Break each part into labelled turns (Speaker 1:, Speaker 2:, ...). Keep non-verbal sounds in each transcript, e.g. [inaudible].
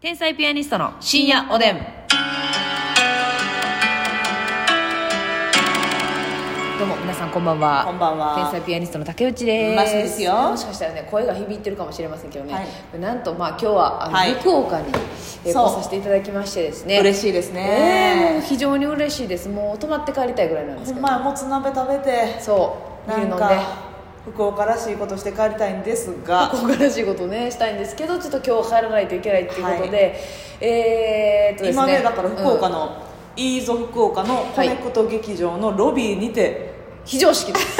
Speaker 1: 天才ピアニストの深夜おでん。どうも皆さんこんばんは。
Speaker 2: こんばんは
Speaker 1: 天才ピアニストの竹内です。
Speaker 2: マシですよ
Speaker 1: もしかしたらね声が響いてるかもしれませんけどね。
Speaker 2: は
Speaker 1: なんとまあ今日はあの、
Speaker 2: はい
Speaker 1: 福岡にえー来
Speaker 2: そ
Speaker 1: さ
Speaker 2: う
Speaker 1: せていただきましてですね。
Speaker 2: 嬉しいです
Speaker 1: ねえもう
Speaker 2: ね、
Speaker 1: 非常に嬉しいです。もう泊まって帰りたいぐらいなんです
Speaker 2: ほ
Speaker 1: け
Speaker 2: ん
Speaker 1: ど。
Speaker 2: まやもつ鍋食べて
Speaker 1: そう。
Speaker 2: な
Speaker 1: ビール飲
Speaker 2: ん
Speaker 1: んで。
Speaker 2: か福岡らしいことして帰りたいんですが
Speaker 1: ここから仕事ねしたいんですけどちょっと今日帰らないといけないっていうことで、
Speaker 2: は
Speaker 1: えーっとですね
Speaker 2: 今ねだから福岡
Speaker 1: うん
Speaker 2: の、いいぞ福岡のコネクト劇場のロビーにて、
Speaker 1: 非常識 [laughs] です、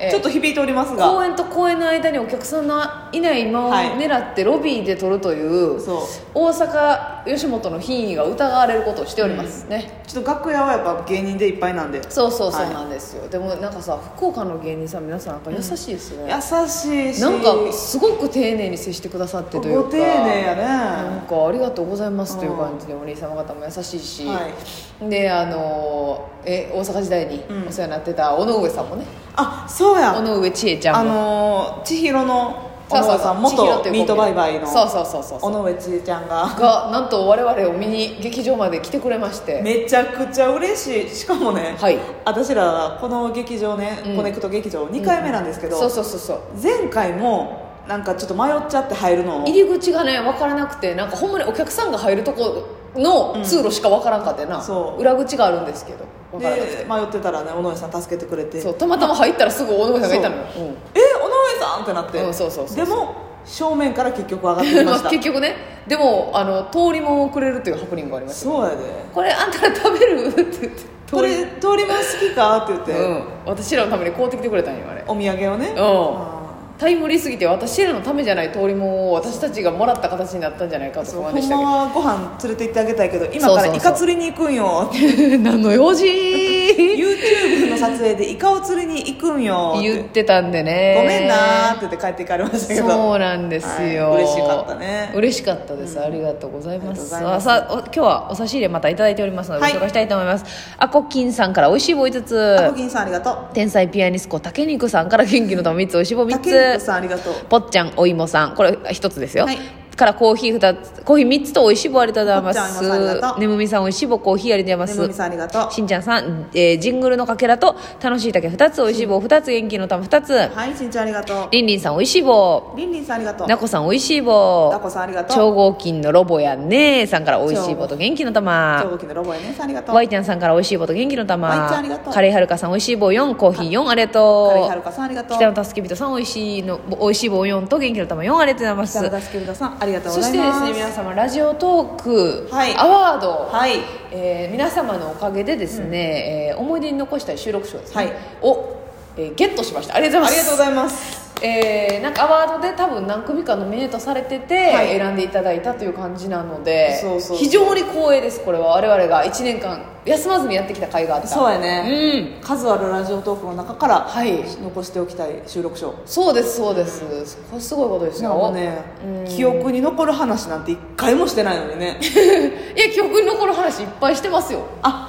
Speaker 1: ええ
Speaker 2: ちょっと響いておりますが
Speaker 1: 公園と公園の間にお客さんのいない間を
Speaker 2: はい
Speaker 1: 狙ってロビーで撮るという、
Speaker 2: そう
Speaker 1: 大阪吉本の品位が疑われることをしておりますね、
Speaker 2: ちょっと楽屋はやっぱ芸人でいっぱいなんで
Speaker 1: そうそうそう
Speaker 2: はい
Speaker 1: なんですよ、でもなんかさ福岡の芸人さん皆さんなんか優しいですね、
Speaker 2: 優しいし
Speaker 1: なんかすごく丁寧に接してくださってというか
Speaker 2: ご丁寧やね
Speaker 1: なんかありがとうございますという感じでお兄様方も優しいし、
Speaker 2: は
Speaker 1: であのえ大阪時代にお世話になってた尾上さんもね、
Speaker 2: あそう
Speaker 1: 尾
Speaker 2: や
Speaker 1: 上千恵ちゃ
Speaker 2: あ
Speaker 1: んも、
Speaker 2: のー千尋の
Speaker 1: そ
Speaker 2: 小
Speaker 1: うそ
Speaker 2: 野
Speaker 1: うそ
Speaker 2: 田さ
Speaker 1: うん千尋というコンビ
Speaker 2: 元ミートバイバイの
Speaker 1: そうそうそうそうそう
Speaker 2: 尾上千恵ちゃんが
Speaker 1: がなんと我々を見に劇場まで来てくれまして
Speaker 2: めちゃくちゃ嬉しいしかもね、
Speaker 1: はい
Speaker 2: 私らこの劇場ね、
Speaker 1: うん
Speaker 2: コネクト劇場2回目なんですけど、
Speaker 1: そうそうそうそう
Speaker 2: 前回もなんかちょっと迷っちゃって入るのを
Speaker 1: 入り口がね分からなくてなんかほんまにお客さんが入るとこの通路しか分からんかってな、
Speaker 2: そう
Speaker 1: 裏口があるんですけど分からなく
Speaker 2: で
Speaker 1: て
Speaker 2: 迷ってたらね尾上さん助けてくれて「え
Speaker 1: そうたまたま入ったらすぐ尾上さんがいたのよ、うん
Speaker 2: 尾上さん!」ってなって、
Speaker 1: うんそうそうそう
Speaker 2: でも正面から結局上がって
Speaker 1: [laughs]
Speaker 2: きました
Speaker 1: 結局ねでもあの通りもんをくれるというハプニングがありました
Speaker 2: そうやで
Speaker 1: これあんたら食べるって言って
Speaker 2: これ通りもん好きかって言って、
Speaker 1: うん私らのために買うてきてくれたんよあれ
Speaker 2: お土産をね、
Speaker 1: うん
Speaker 2: あ
Speaker 1: タイムリーすぎて私らのためじゃない通りもんを私たちがもらった形になったんじゃないか
Speaker 2: ー
Speaker 1: と
Speaker 2: そう
Speaker 1: 不安
Speaker 2: ほ
Speaker 1: でし
Speaker 2: ん
Speaker 1: たけど
Speaker 2: まはご飯連れて行ってあげたいけど今か
Speaker 1: そうそう
Speaker 2: ら
Speaker 1: そう
Speaker 2: イカ釣りに行くんよって
Speaker 1: 何の用事
Speaker 2: YouTube の撮影でイカを釣りに行くんよって
Speaker 1: 言ってたんでね
Speaker 2: ごめんなーって言って帰っていかれましたけど
Speaker 1: そうなんですよ、
Speaker 2: はい嬉しかったね
Speaker 1: 嬉しかったです、ありがとうございます
Speaker 2: ありがとうございます
Speaker 1: さあお今日はお差し入れまたいただいておりますので、
Speaker 2: はい
Speaker 1: ご紹介したいと思いますあこきんさんからおいしい棒5つ
Speaker 2: あコキンさんありがとう
Speaker 1: 天才ピアニスコ竹肉さんから元気の玉3つおいしぼ
Speaker 2: たけ
Speaker 1: 3
Speaker 2: ん
Speaker 1: つ
Speaker 2: さんありがとう
Speaker 1: ぽっちゃんお芋さんこれ1つですよ、
Speaker 2: はい
Speaker 1: からコーヒー二つコーヒー3つとおいしぼありがとうございま
Speaker 2: ぽっちゃんお芋さんありがと
Speaker 1: す
Speaker 2: う
Speaker 1: ねむみさんおいしぼコーヒーありがとうござい
Speaker 2: ねむ
Speaker 1: ま
Speaker 2: み
Speaker 1: す
Speaker 2: さんありがとう
Speaker 1: しんちゃんさん、えージングルのかけらと楽しい竹2つおいしぼ2つ元気の玉2つ
Speaker 2: はいしんちゃんありがとう
Speaker 1: りんりんさんおいしぼ
Speaker 2: りんりんさんありがとう
Speaker 1: なこさんおいしいぼ
Speaker 2: なこさんありがとう
Speaker 1: 超合金のロボやねーさんからおいしいぼと元気の
Speaker 2: 超
Speaker 1: 玉
Speaker 2: 合金のロボやねさんありがとう
Speaker 1: ワイちゃんさんからおいしいぼと元気の玉
Speaker 2: ワイちゃんありがとう
Speaker 1: カレーはるかさんおいしいぼ4コーヒー4ありがと
Speaker 2: か
Speaker 1: う
Speaker 2: りはるかさんありがとう
Speaker 1: 北野助人さんおいしいのおいしい棒4と元気の玉4ありがとうござ
Speaker 2: 北
Speaker 1: いま
Speaker 2: 野
Speaker 1: す
Speaker 2: 助人さんありがとうご
Speaker 1: そ
Speaker 2: ざ
Speaker 1: し
Speaker 2: い
Speaker 1: てで
Speaker 2: ます
Speaker 1: すね皆様ラジオトーク、
Speaker 2: はい
Speaker 1: アワード、
Speaker 2: はい
Speaker 1: えー皆様のおかげでですね、えー思い出に残したい収録賞ですね、
Speaker 2: はい
Speaker 1: を、えーゲットしましたありがとうご
Speaker 2: あ
Speaker 1: ざ
Speaker 2: り
Speaker 1: います
Speaker 2: がとうございます
Speaker 1: えーなんかアワードで多分何組かノミネートされてて
Speaker 2: はい
Speaker 1: 選んでいただいたという感じなので、
Speaker 2: そうそうそう
Speaker 1: 非常に光栄ですこれは我々が1年間休まずにやってきた甲斐があった
Speaker 2: そうや
Speaker 1: う
Speaker 2: ね
Speaker 1: ん
Speaker 2: 数あるラジオトークの中から
Speaker 1: はい
Speaker 2: 残しておきたい収録書
Speaker 1: そうですそうです、これすごいことです
Speaker 2: なん
Speaker 1: よ
Speaker 2: かもうね記憶に残る話なんて一回もしてないのにね
Speaker 1: [laughs] いや記憶に残る話いっぱいしてますよ
Speaker 2: あ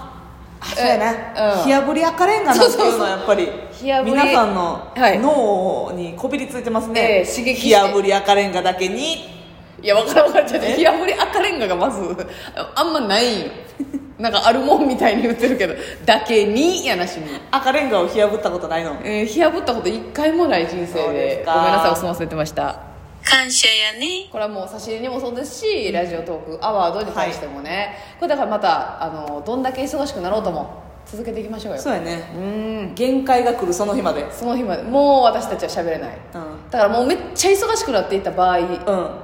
Speaker 2: あそうやね
Speaker 1: えうん
Speaker 2: 火あぶり赤レンガなんていうのはやっぱり
Speaker 1: 火あぶり
Speaker 2: 皆さんの
Speaker 1: はい
Speaker 2: 脳にこびりついてます
Speaker 1: ええ
Speaker 2: ね
Speaker 1: 刺激して
Speaker 2: 火あぶり赤レンガだけに
Speaker 1: いや分からん分からんちょっと火あぶり赤レンガがまずああんまないんよなんかあるもんみたいに言ってるけどだけにやなしに、
Speaker 2: 赤レンガを火あぶったことないの
Speaker 1: えー、火あぶったこと一回もない人生で
Speaker 2: そうですか
Speaker 1: ごめんなさいお済ませてました
Speaker 3: 感謝やね
Speaker 1: これはもう差し入れにもそうですし、ラジオトークアワードに対してもね、これだからまたあのどんだけ忙しくなろうとも続けていきましょうよ
Speaker 2: そうやね
Speaker 1: うん
Speaker 2: 限界が来るその日まで
Speaker 1: その日までもう私たちは喋れない
Speaker 2: うん [laughs]
Speaker 1: だからもうめっちゃ忙しくなっていった場合、
Speaker 2: うん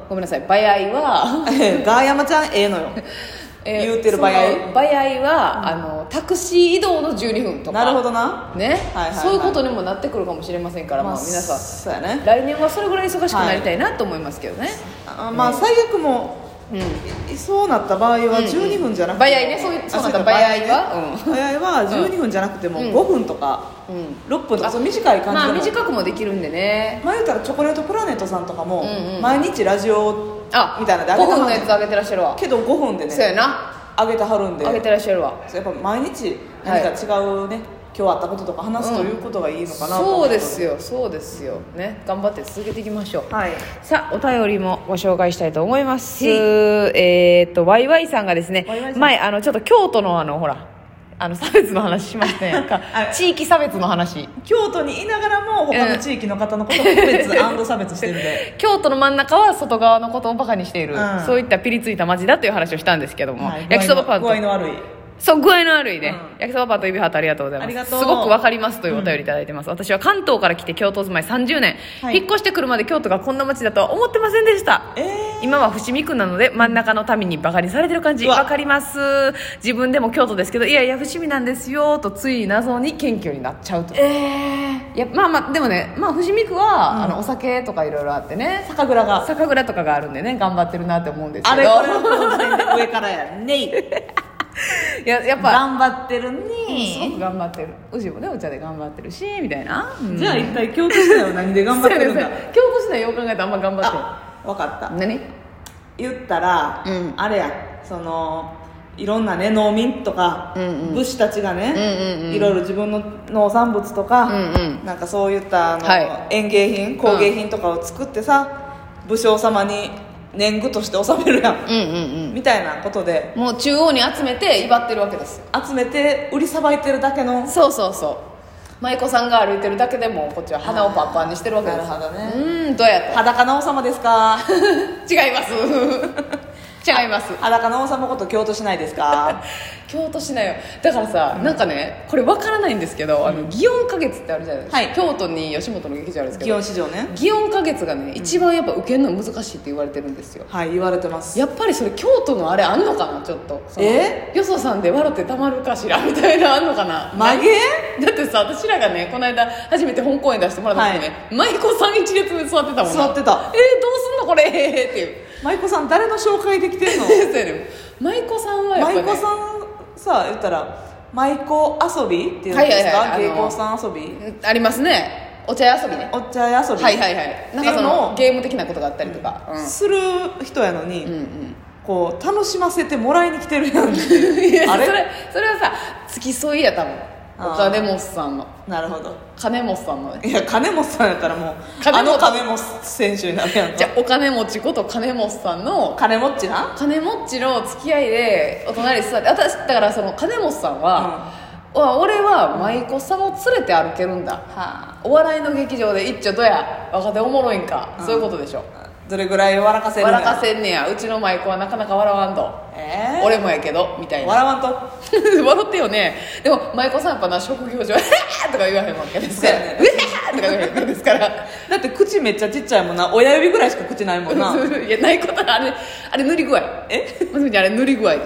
Speaker 1: ごめんなさい場合は
Speaker 2: ガーヤマちゃんええの
Speaker 1: [laughs]
Speaker 2: よ言うてる場合
Speaker 1: その場合は、あのタクシー移動の12分とか
Speaker 2: なるほどな
Speaker 1: ね、
Speaker 2: はいはいはい
Speaker 1: そういうことにもなってくるかもしれませんから、まあ、皆さん
Speaker 2: そうやね
Speaker 1: 来年はそれぐらい忙しくなりたいなと思いますけどね、
Speaker 2: あまあ最悪も
Speaker 1: うん
Speaker 2: いそうなった場合は12分じゃなくて
Speaker 1: 場合ねそういうそうなった場合は
Speaker 2: 場合は12分じゃなくても
Speaker 1: うん
Speaker 2: 5分とか
Speaker 1: うん
Speaker 2: 6分とかそう短い感じ
Speaker 1: まあ
Speaker 2: でも
Speaker 1: 短くもできるんでね
Speaker 2: 前言ったらチョコレートプラネットさんとかも
Speaker 1: うんうん
Speaker 2: 毎日ラジオ
Speaker 1: あ
Speaker 2: みたいなので
Speaker 1: 5
Speaker 2: あ
Speaker 1: 分
Speaker 2: げてはん
Speaker 1: の
Speaker 2: ね
Speaker 1: やつあげてらっしゃるわ、
Speaker 2: けど5分で
Speaker 1: そうや
Speaker 2: ね
Speaker 1: な
Speaker 2: 上げてはるんで
Speaker 1: あげてらっしゃるわ
Speaker 2: そうやっぱ毎日何か違うね今日あったこととか話すということがいいのかなと思
Speaker 1: そうです
Speaker 2: よ
Speaker 1: よそうですよね頑張って続けていきましょう
Speaker 2: はい
Speaker 1: さあお便りもご紹介したいと思います
Speaker 2: はい
Speaker 1: えーっとワイワイさんがですね
Speaker 2: ワイワイさん
Speaker 1: 前あのちょっと京都のあのほらあの差別の話しましたやんか
Speaker 2: [laughs] あ
Speaker 1: 地域差別の話
Speaker 2: 京都にいながらも他の地域の方のことも区別アンド差別してるん
Speaker 1: [laughs]
Speaker 2: で
Speaker 1: 京都の真ん中は外側のことをバカにしている、
Speaker 2: うん
Speaker 1: そういったピリついた街だという話をしたんですけども、
Speaker 2: はい
Speaker 1: 焼きそばパン
Speaker 2: 具合の具
Speaker 1: と
Speaker 2: 合の悪い
Speaker 1: そう具合の悪いね、
Speaker 2: う
Speaker 1: 焼きそばパンと指ハートありがとうございます
Speaker 2: ありがとう
Speaker 1: すごくわかりますというお便りいただいてます、私は関東から来て京都住まい30年、
Speaker 2: はい
Speaker 1: 引っ越してくるまで京都がこんな街だとは思ってませんでした
Speaker 2: ええ
Speaker 1: 今は伏見区なので真ん中の民にバカにされてる感じ
Speaker 2: うわ
Speaker 1: わかります自分でも京都ですけどいやいや伏見なんですよとつい謎に謙虚になっちゃうと
Speaker 2: ええ
Speaker 1: いやまあまあでもね、まあ、伏見区は、あのお酒とかいろいろあってね
Speaker 2: ー、酒蔵が
Speaker 1: 酒蔵とかがあるんでね頑張ってるなって思うんです
Speaker 2: あ
Speaker 1: け
Speaker 2: れ
Speaker 1: ど
Speaker 2: これはこの時点で上からや
Speaker 1: [laughs]
Speaker 2: ねい
Speaker 1: いややっぱ
Speaker 2: 頑張ってる
Speaker 1: すご
Speaker 2: ね
Speaker 1: く頑張ってるうちもねお茶で頑張ってるしみたいな、うん
Speaker 2: じゃあ一体京都市内は何で頑張ってるん
Speaker 1: そう
Speaker 2: だ
Speaker 1: やねそうやね京都市内よう考えたらあんま頑張っ
Speaker 2: あ分かった
Speaker 1: てる何
Speaker 2: 言ったら、
Speaker 1: うん
Speaker 2: あれやそのいろんなね農民とか、
Speaker 1: うんうん
Speaker 2: 武士たちがね、
Speaker 1: うんうんうん
Speaker 2: いろいろ自分の農産物とか、
Speaker 1: うんう
Speaker 2: なんかそういったあの、
Speaker 1: は
Speaker 2: 園芸品工芸品とかを作ってさ、武将様に年貢として納めるやん、
Speaker 1: うんうん
Speaker 2: みたいなことで
Speaker 1: うんもう中央に集めて威張ってるわけです
Speaker 2: 集めて売りさばいてるだけの
Speaker 1: そうそうそう舞妓さんが歩いてるだけでもこっちは鼻をパンパンにしてるわけです
Speaker 2: なるほどね
Speaker 1: うーんどうやと
Speaker 2: 裸の王様ですか [laughs]
Speaker 1: [laughs] 違います違います
Speaker 2: 裸の王様こと京都市内で
Speaker 1: [laughs]
Speaker 2: すか
Speaker 1: 京都市内はだからさ、なんかねこれわからないんですけど、あの祇園花月ってあるじゃないですか、
Speaker 2: はい
Speaker 1: 京都に吉本の劇場あるんですけ
Speaker 2: 祇
Speaker 1: ど
Speaker 2: 園市場ね
Speaker 1: 祇園花月がね一番やっぱ受けるの難しいって言われてるんですよ
Speaker 2: はい言われてます
Speaker 1: やっぱりそれ京都のあれあんのかなちょっとその
Speaker 2: え
Speaker 1: よそさんで笑ってたまるかしらみたいなあんのかな
Speaker 2: 曲げ
Speaker 1: だってさ私らがねこの間初めて本公演出してもらった時ね、舞妓さん一列目座ってたもんな
Speaker 2: 座ってた
Speaker 1: えー、どうすんのこれっていう
Speaker 2: 舞妓さん誰の紹介で
Speaker 1: [laughs]
Speaker 2: きてんの
Speaker 1: 先生ね舞妓さんはやっぱ、ね、
Speaker 2: 舞妓さんさ言ったら舞妓遊びっていうんですか、
Speaker 1: はいはいはいあ
Speaker 2: 芸
Speaker 1: の
Speaker 2: 妓さん遊び
Speaker 1: んありますねお茶屋遊びね
Speaker 2: お茶屋遊び、
Speaker 1: はいはいはいなんかその
Speaker 2: って
Speaker 1: ゲーム的なことがあったりとか、うん
Speaker 2: する人やのに、
Speaker 1: うんうん
Speaker 2: こう楽しませてもらいに来てるや
Speaker 1: [laughs]
Speaker 2: ん
Speaker 1: いや
Speaker 2: あれ
Speaker 1: それそれはさ付き添いや多分
Speaker 2: あー
Speaker 1: お金持ちさんの
Speaker 2: なるほど
Speaker 1: 金持ちさんのね
Speaker 2: いや金本さんやったらもう
Speaker 1: 金
Speaker 2: あ
Speaker 1: 本
Speaker 2: の金本選手になるやんか
Speaker 1: じゃあお金持ちこと金持ちさんの
Speaker 2: 金持ちな
Speaker 1: 金持ちの付き合いでお隣に座って私だからその金持ちさんは、わ俺は舞妓さんを連れて歩けるんだ、お笑いの劇場で一丁どや若手おもろいんか、
Speaker 2: うん
Speaker 1: そういうことでしょ
Speaker 2: どれぐらい笑かせるんや
Speaker 1: 笑かせんねやうちの舞妓はなかなか笑わんと、
Speaker 2: えー、
Speaker 1: 俺もやけどみたいな
Speaker 2: 笑わんと
Speaker 1: 笑ってよねでも舞妓さんやっぱな職業上「えー!」とか言わへんわけですから「
Speaker 2: そうやね
Speaker 1: うえー!」とか言わへんわけですから
Speaker 2: だって口めっちゃちっちゃいもんな親指ぐらいしか口ないも
Speaker 1: [laughs]
Speaker 2: んな
Speaker 1: いやないことはあれあれ塗り具合
Speaker 2: え
Speaker 1: まつみちゃんあれ塗り具合で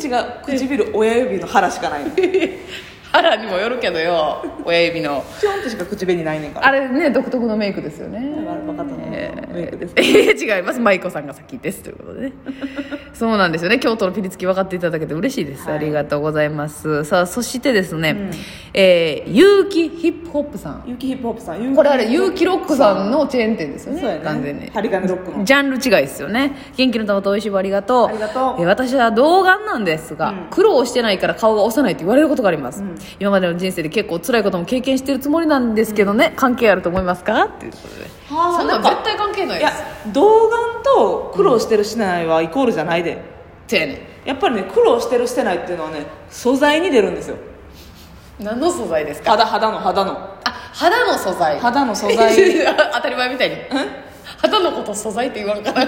Speaker 1: す
Speaker 2: うん違う唇親指の腹しか
Speaker 1: [laughs]
Speaker 2: ないのピ
Speaker 1: 腹にもよるけどよ親指の
Speaker 2: ョンってしか口紅ないねんから
Speaker 1: あれね独特のメイクですよね
Speaker 2: アルパカとのメイクです
Speaker 1: えー違います舞子さんが先ですということで [laughs] ねそうなんですよね京都のピリつき分かっていただけて嬉しいです、
Speaker 2: はい
Speaker 1: ありがとうございますさあそしてですね、えー、有機ヒップホップさん
Speaker 2: ゆきヒップホップさん
Speaker 1: これあれ有機
Speaker 2: ロ
Speaker 1: ロックさんのチェーン店ですよね
Speaker 2: そうやね
Speaker 1: 完全に
Speaker 2: 針金ロックの
Speaker 1: ジャンル違いですよね元気の玉とおいしい棒ありがとう
Speaker 2: ありがとう
Speaker 1: えー私は童顔なんですが、
Speaker 2: うん
Speaker 1: 苦労してないから顔が幼いって言われることがあります、
Speaker 2: うん
Speaker 1: 今までの人生で結構辛いことも経験してるつもりなんですけどね、関係あると思いますかっていうことで
Speaker 2: はあ
Speaker 1: そんなん絶対関係ない
Speaker 2: い
Speaker 1: で
Speaker 2: や
Speaker 1: す
Speaker 2: 童顔と苦労してるしてないはイコールじゃないで
Speaker 1: てね
Speaker 2: やっぱりね苦労してるしてないっていうのはね素材に出るんですよ
Speaker 1: 何の素材ですか
Speaker 2: 肌肌の肌の
Speaker 1: あ肌の素材
Speaker 2: 肌の素材
Speaker 1: [laughs] 当たり前みたいに肌のこと素材って言わんから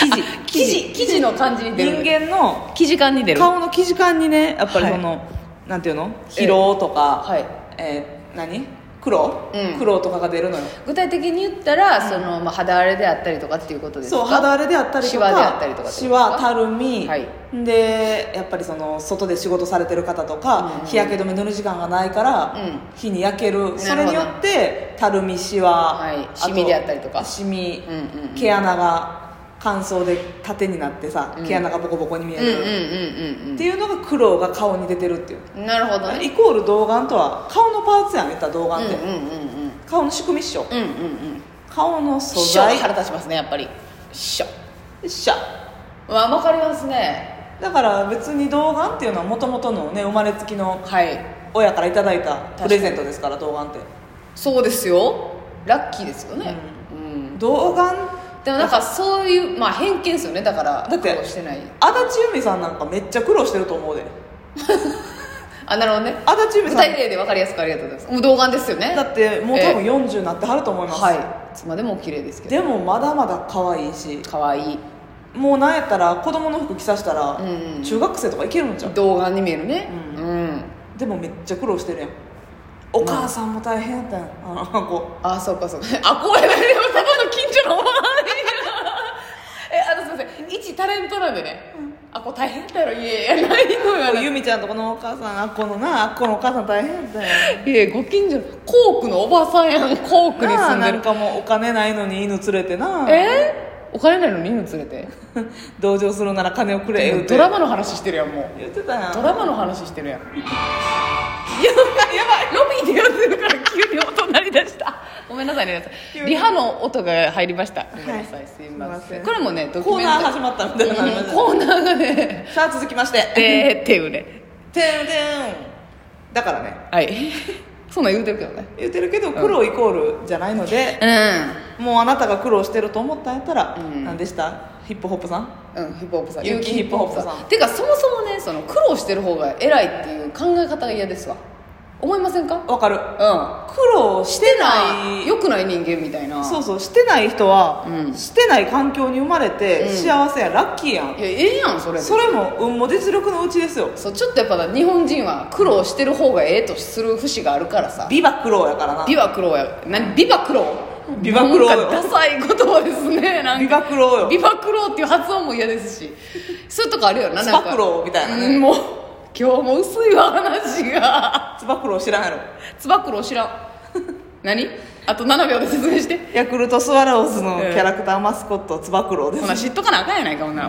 Speaker 2: 生地
Speaker 1: [laughs] 生地生地の感じに出
Speaker 2: 人
Speaker 1: る
Speaker 2: 間の
Speaker 1: 生地感に出る
Speaker 2: 顔の生地感にねやっぱり
Speaker 1: はい
Speaker 2: その、なんていうの疲労とか、
Speaker 1: はい
Speaker 2: えー何苦労、
Speaker 1: うん
Speaker 2: 苦労とかが出るのよ
Speaker 1: 具体的に言ったら、そのまあ、肌荒れであったりとかっていうことですか
Speaker 2: そう肌荒れであったりとか
Speaker 1: シワであったりとかってことですか
Speaker 2: シワたるみ、
Speaker 1: はい
Speaker 2: でやっぱりその外で仕事されてる方とか、日焼け止め塗る時間がないから、
Speaker 1: うん
Speaker 2: 日に焼ける
Speaker 1: ど
Speaker 2: それによってたるみシワ、
Speaker 1: はい
Speaker 2: あと
Speaker 1: シミであったりとか
Speaker 2: シミ、
Speaker 1: うんうんうん
Speaker 2: 毛穴が乾燥で縦になってさ、毛穴がボコボコに見え
Speaker 1: うんうん
Speaker 2: る、
Speaker 1: うん
Speaker 2: っていうのが苦労が顔に出てるっていう
Speaker 1: うんうんなるほどね
Speaker 2: イコール童顔とは顔のパーツやん言ったら童
Speaker 1: うん
Speaker 2: 顔
Speaker 1: う
Speaker 2: っ
Speaker 1: ん
Speaker 2: て、
Speaker 1: うんうん
Speaker 2: 顔の仕組みっしょ
Speaker 1: うんうんうん
Speaker 2: 顔の素
Speaker 1: 素材
Speaker 2: 材
Speaker 1: 腹立ちますねやっぱりしょ
Speaker 2: っしゃ
Speaker 1: わ分かりますね
Speaker 2: だから別に童顔っていうのはもともとのね生まれつきの
Speaker 1: はい
Speaker 2: 親からいただいたプレゼントですから童顔って
Speaker 1: そうですよラッキーですよね、うん
Speaker 2: 童顔
Speaker 1: でもなんかそういう、まあ、偏見ですよねだから
Speaker 2: だって
Speaker 1: 苦労してない
Speaker 2: 足立由美さんなんかめっちゃ苦労してると思うで
Speaker 1: あなるほどね
Speaker 2: 足立由美
Speaker 1: 具
Speaker 2: さ
Speaker 1: 体
Speaker 2: ん
Speaker 1: 例で分かりやすくありがとうございますもう童顔ですよね
Speaker 2: だってもう多分
Speaker 1: え
Speaker 2: 40になってはると思います、
Speaker 1: はいいつまでもお綺麗ですけど
Speaker 2: でもまだまだ可愛いし
Speaker 1: 可愛い
Speaker 2: もうなんやったら子供の服着さしたら
Speaker 1: うんうん
Speaker 2: 中学生とかいけるんじゃん、
Speaker 1: 童顔に見えるね
Speaker 2: う
Speaker 1: うん
Speaker 2: でもめっちゃ苦労してるやんお母さんも大変やったんやあの子
Speaker 1: あそうかそうかあこうやねただの近所のおばあえあのすいません一タレントなんでね、あこう大変だろいやいやないのよ
Speaker 2: 由美ちゃんとこのお母さんあっこのなあっこのお母さん大変やったんや
Speaker 1: いやご近所のコークのおばさんやんコークに
Speaker 2: な
Speaker 1: 住
Speaker 2: あ
Speaker 1: んで
Speaker 2: なん
Speaker 1: る
Speaker 2: かもうお金ないのに犬連れてな
Speaker 1: えお金ないのに犬連れて
Speaker 2: 同情するなら金をくれ言うて
Speaker 1: ドラマの話してるやんもう
Speaker 2: 言ってたやん
Speaker 1: ドラマの話してるやんやばいやばいロビーでやってるから急に音鳴り出したごめんなさいね
Speaker 2: 急に
Speaker 1: リハの音が入りましたごめんなさ
Speaker 2: はいい
Speaker 1: すいます
Speaker 2: いませ
Speaker 1: せん
Speaker 2: ん
Speaker 1: これもねドキュ
Speaker 2: コー
Speaker 1: メ
Speaker 2: ナー
Speaker 1: ン
Speaker 2: 始まったみたいな感じ
Speaker 1: トコーナーがね
Speaker 2: さあ続きましてて
Speaker 1: で手売れ
Speaker 2: んてんだからね
Speaker 1: はいそんなん言うてるけどね
Speaker 2: 言ってるけど苦労イコールじゃないので、もうあなたが苦労してると思ったんやったら、
Speaker 1: うん
Speaker 2: 何でしたヒップホップさん
Speaker 1: うん、うん、ヒップホップさん
Speaker 2: 有機ヒップホップさん
Speaker 1: ていうかそもそもねその苦労してる方が偉いっていう考え方が嫌ですわ思いませんか
Speaker 2: わかる
Speaker 1: う
Speaker 2: 苦労して
Speaker 1: ん
Speaker 2: ない
Speaker 1: 良くない人間みたいな
Speaker 2: そうそうしてない人は、
Speaker 1: うん
Speaker 2: してない環境に生まれて
Speaker 1: うん
Speaker 2: 幸せや、ラッキーやん
Speaker 1: いやええやんそれで
Speaker 2: それも運も実力のうちですよ
Speaker 1: そうちょっとやっぱ日本人は苦労してる方がええとする節があるからさ
Speaker 2: 美は苦労やからな
Speaker 1: 美は苦労や何美は苦労
Speaker 2: 美は苦労
Speaker 1: なんかダサい言葉ですねなんか
Speaker 2: 美は苦労よ
Speaker 1: ビバクローっていう発音も嫌ですしそういうとこあるよな
Speaker 2: つ
Speaker 1: なん
Speaker 2: ば
Speaker 1: か
Speaker 2: 苦労みたいなね
Speaker 1: うんもう今日も薄いわ話が
Speaker 2: つば苦労知らんやろ
Speaker 1: つば九郎知らん何あと7秒で説明して
Speaker 2: ヤクルトスワローズのキャラクターマスコットつば苦労です
Speaker 1: ほな知っとかなあかんやないかほんなら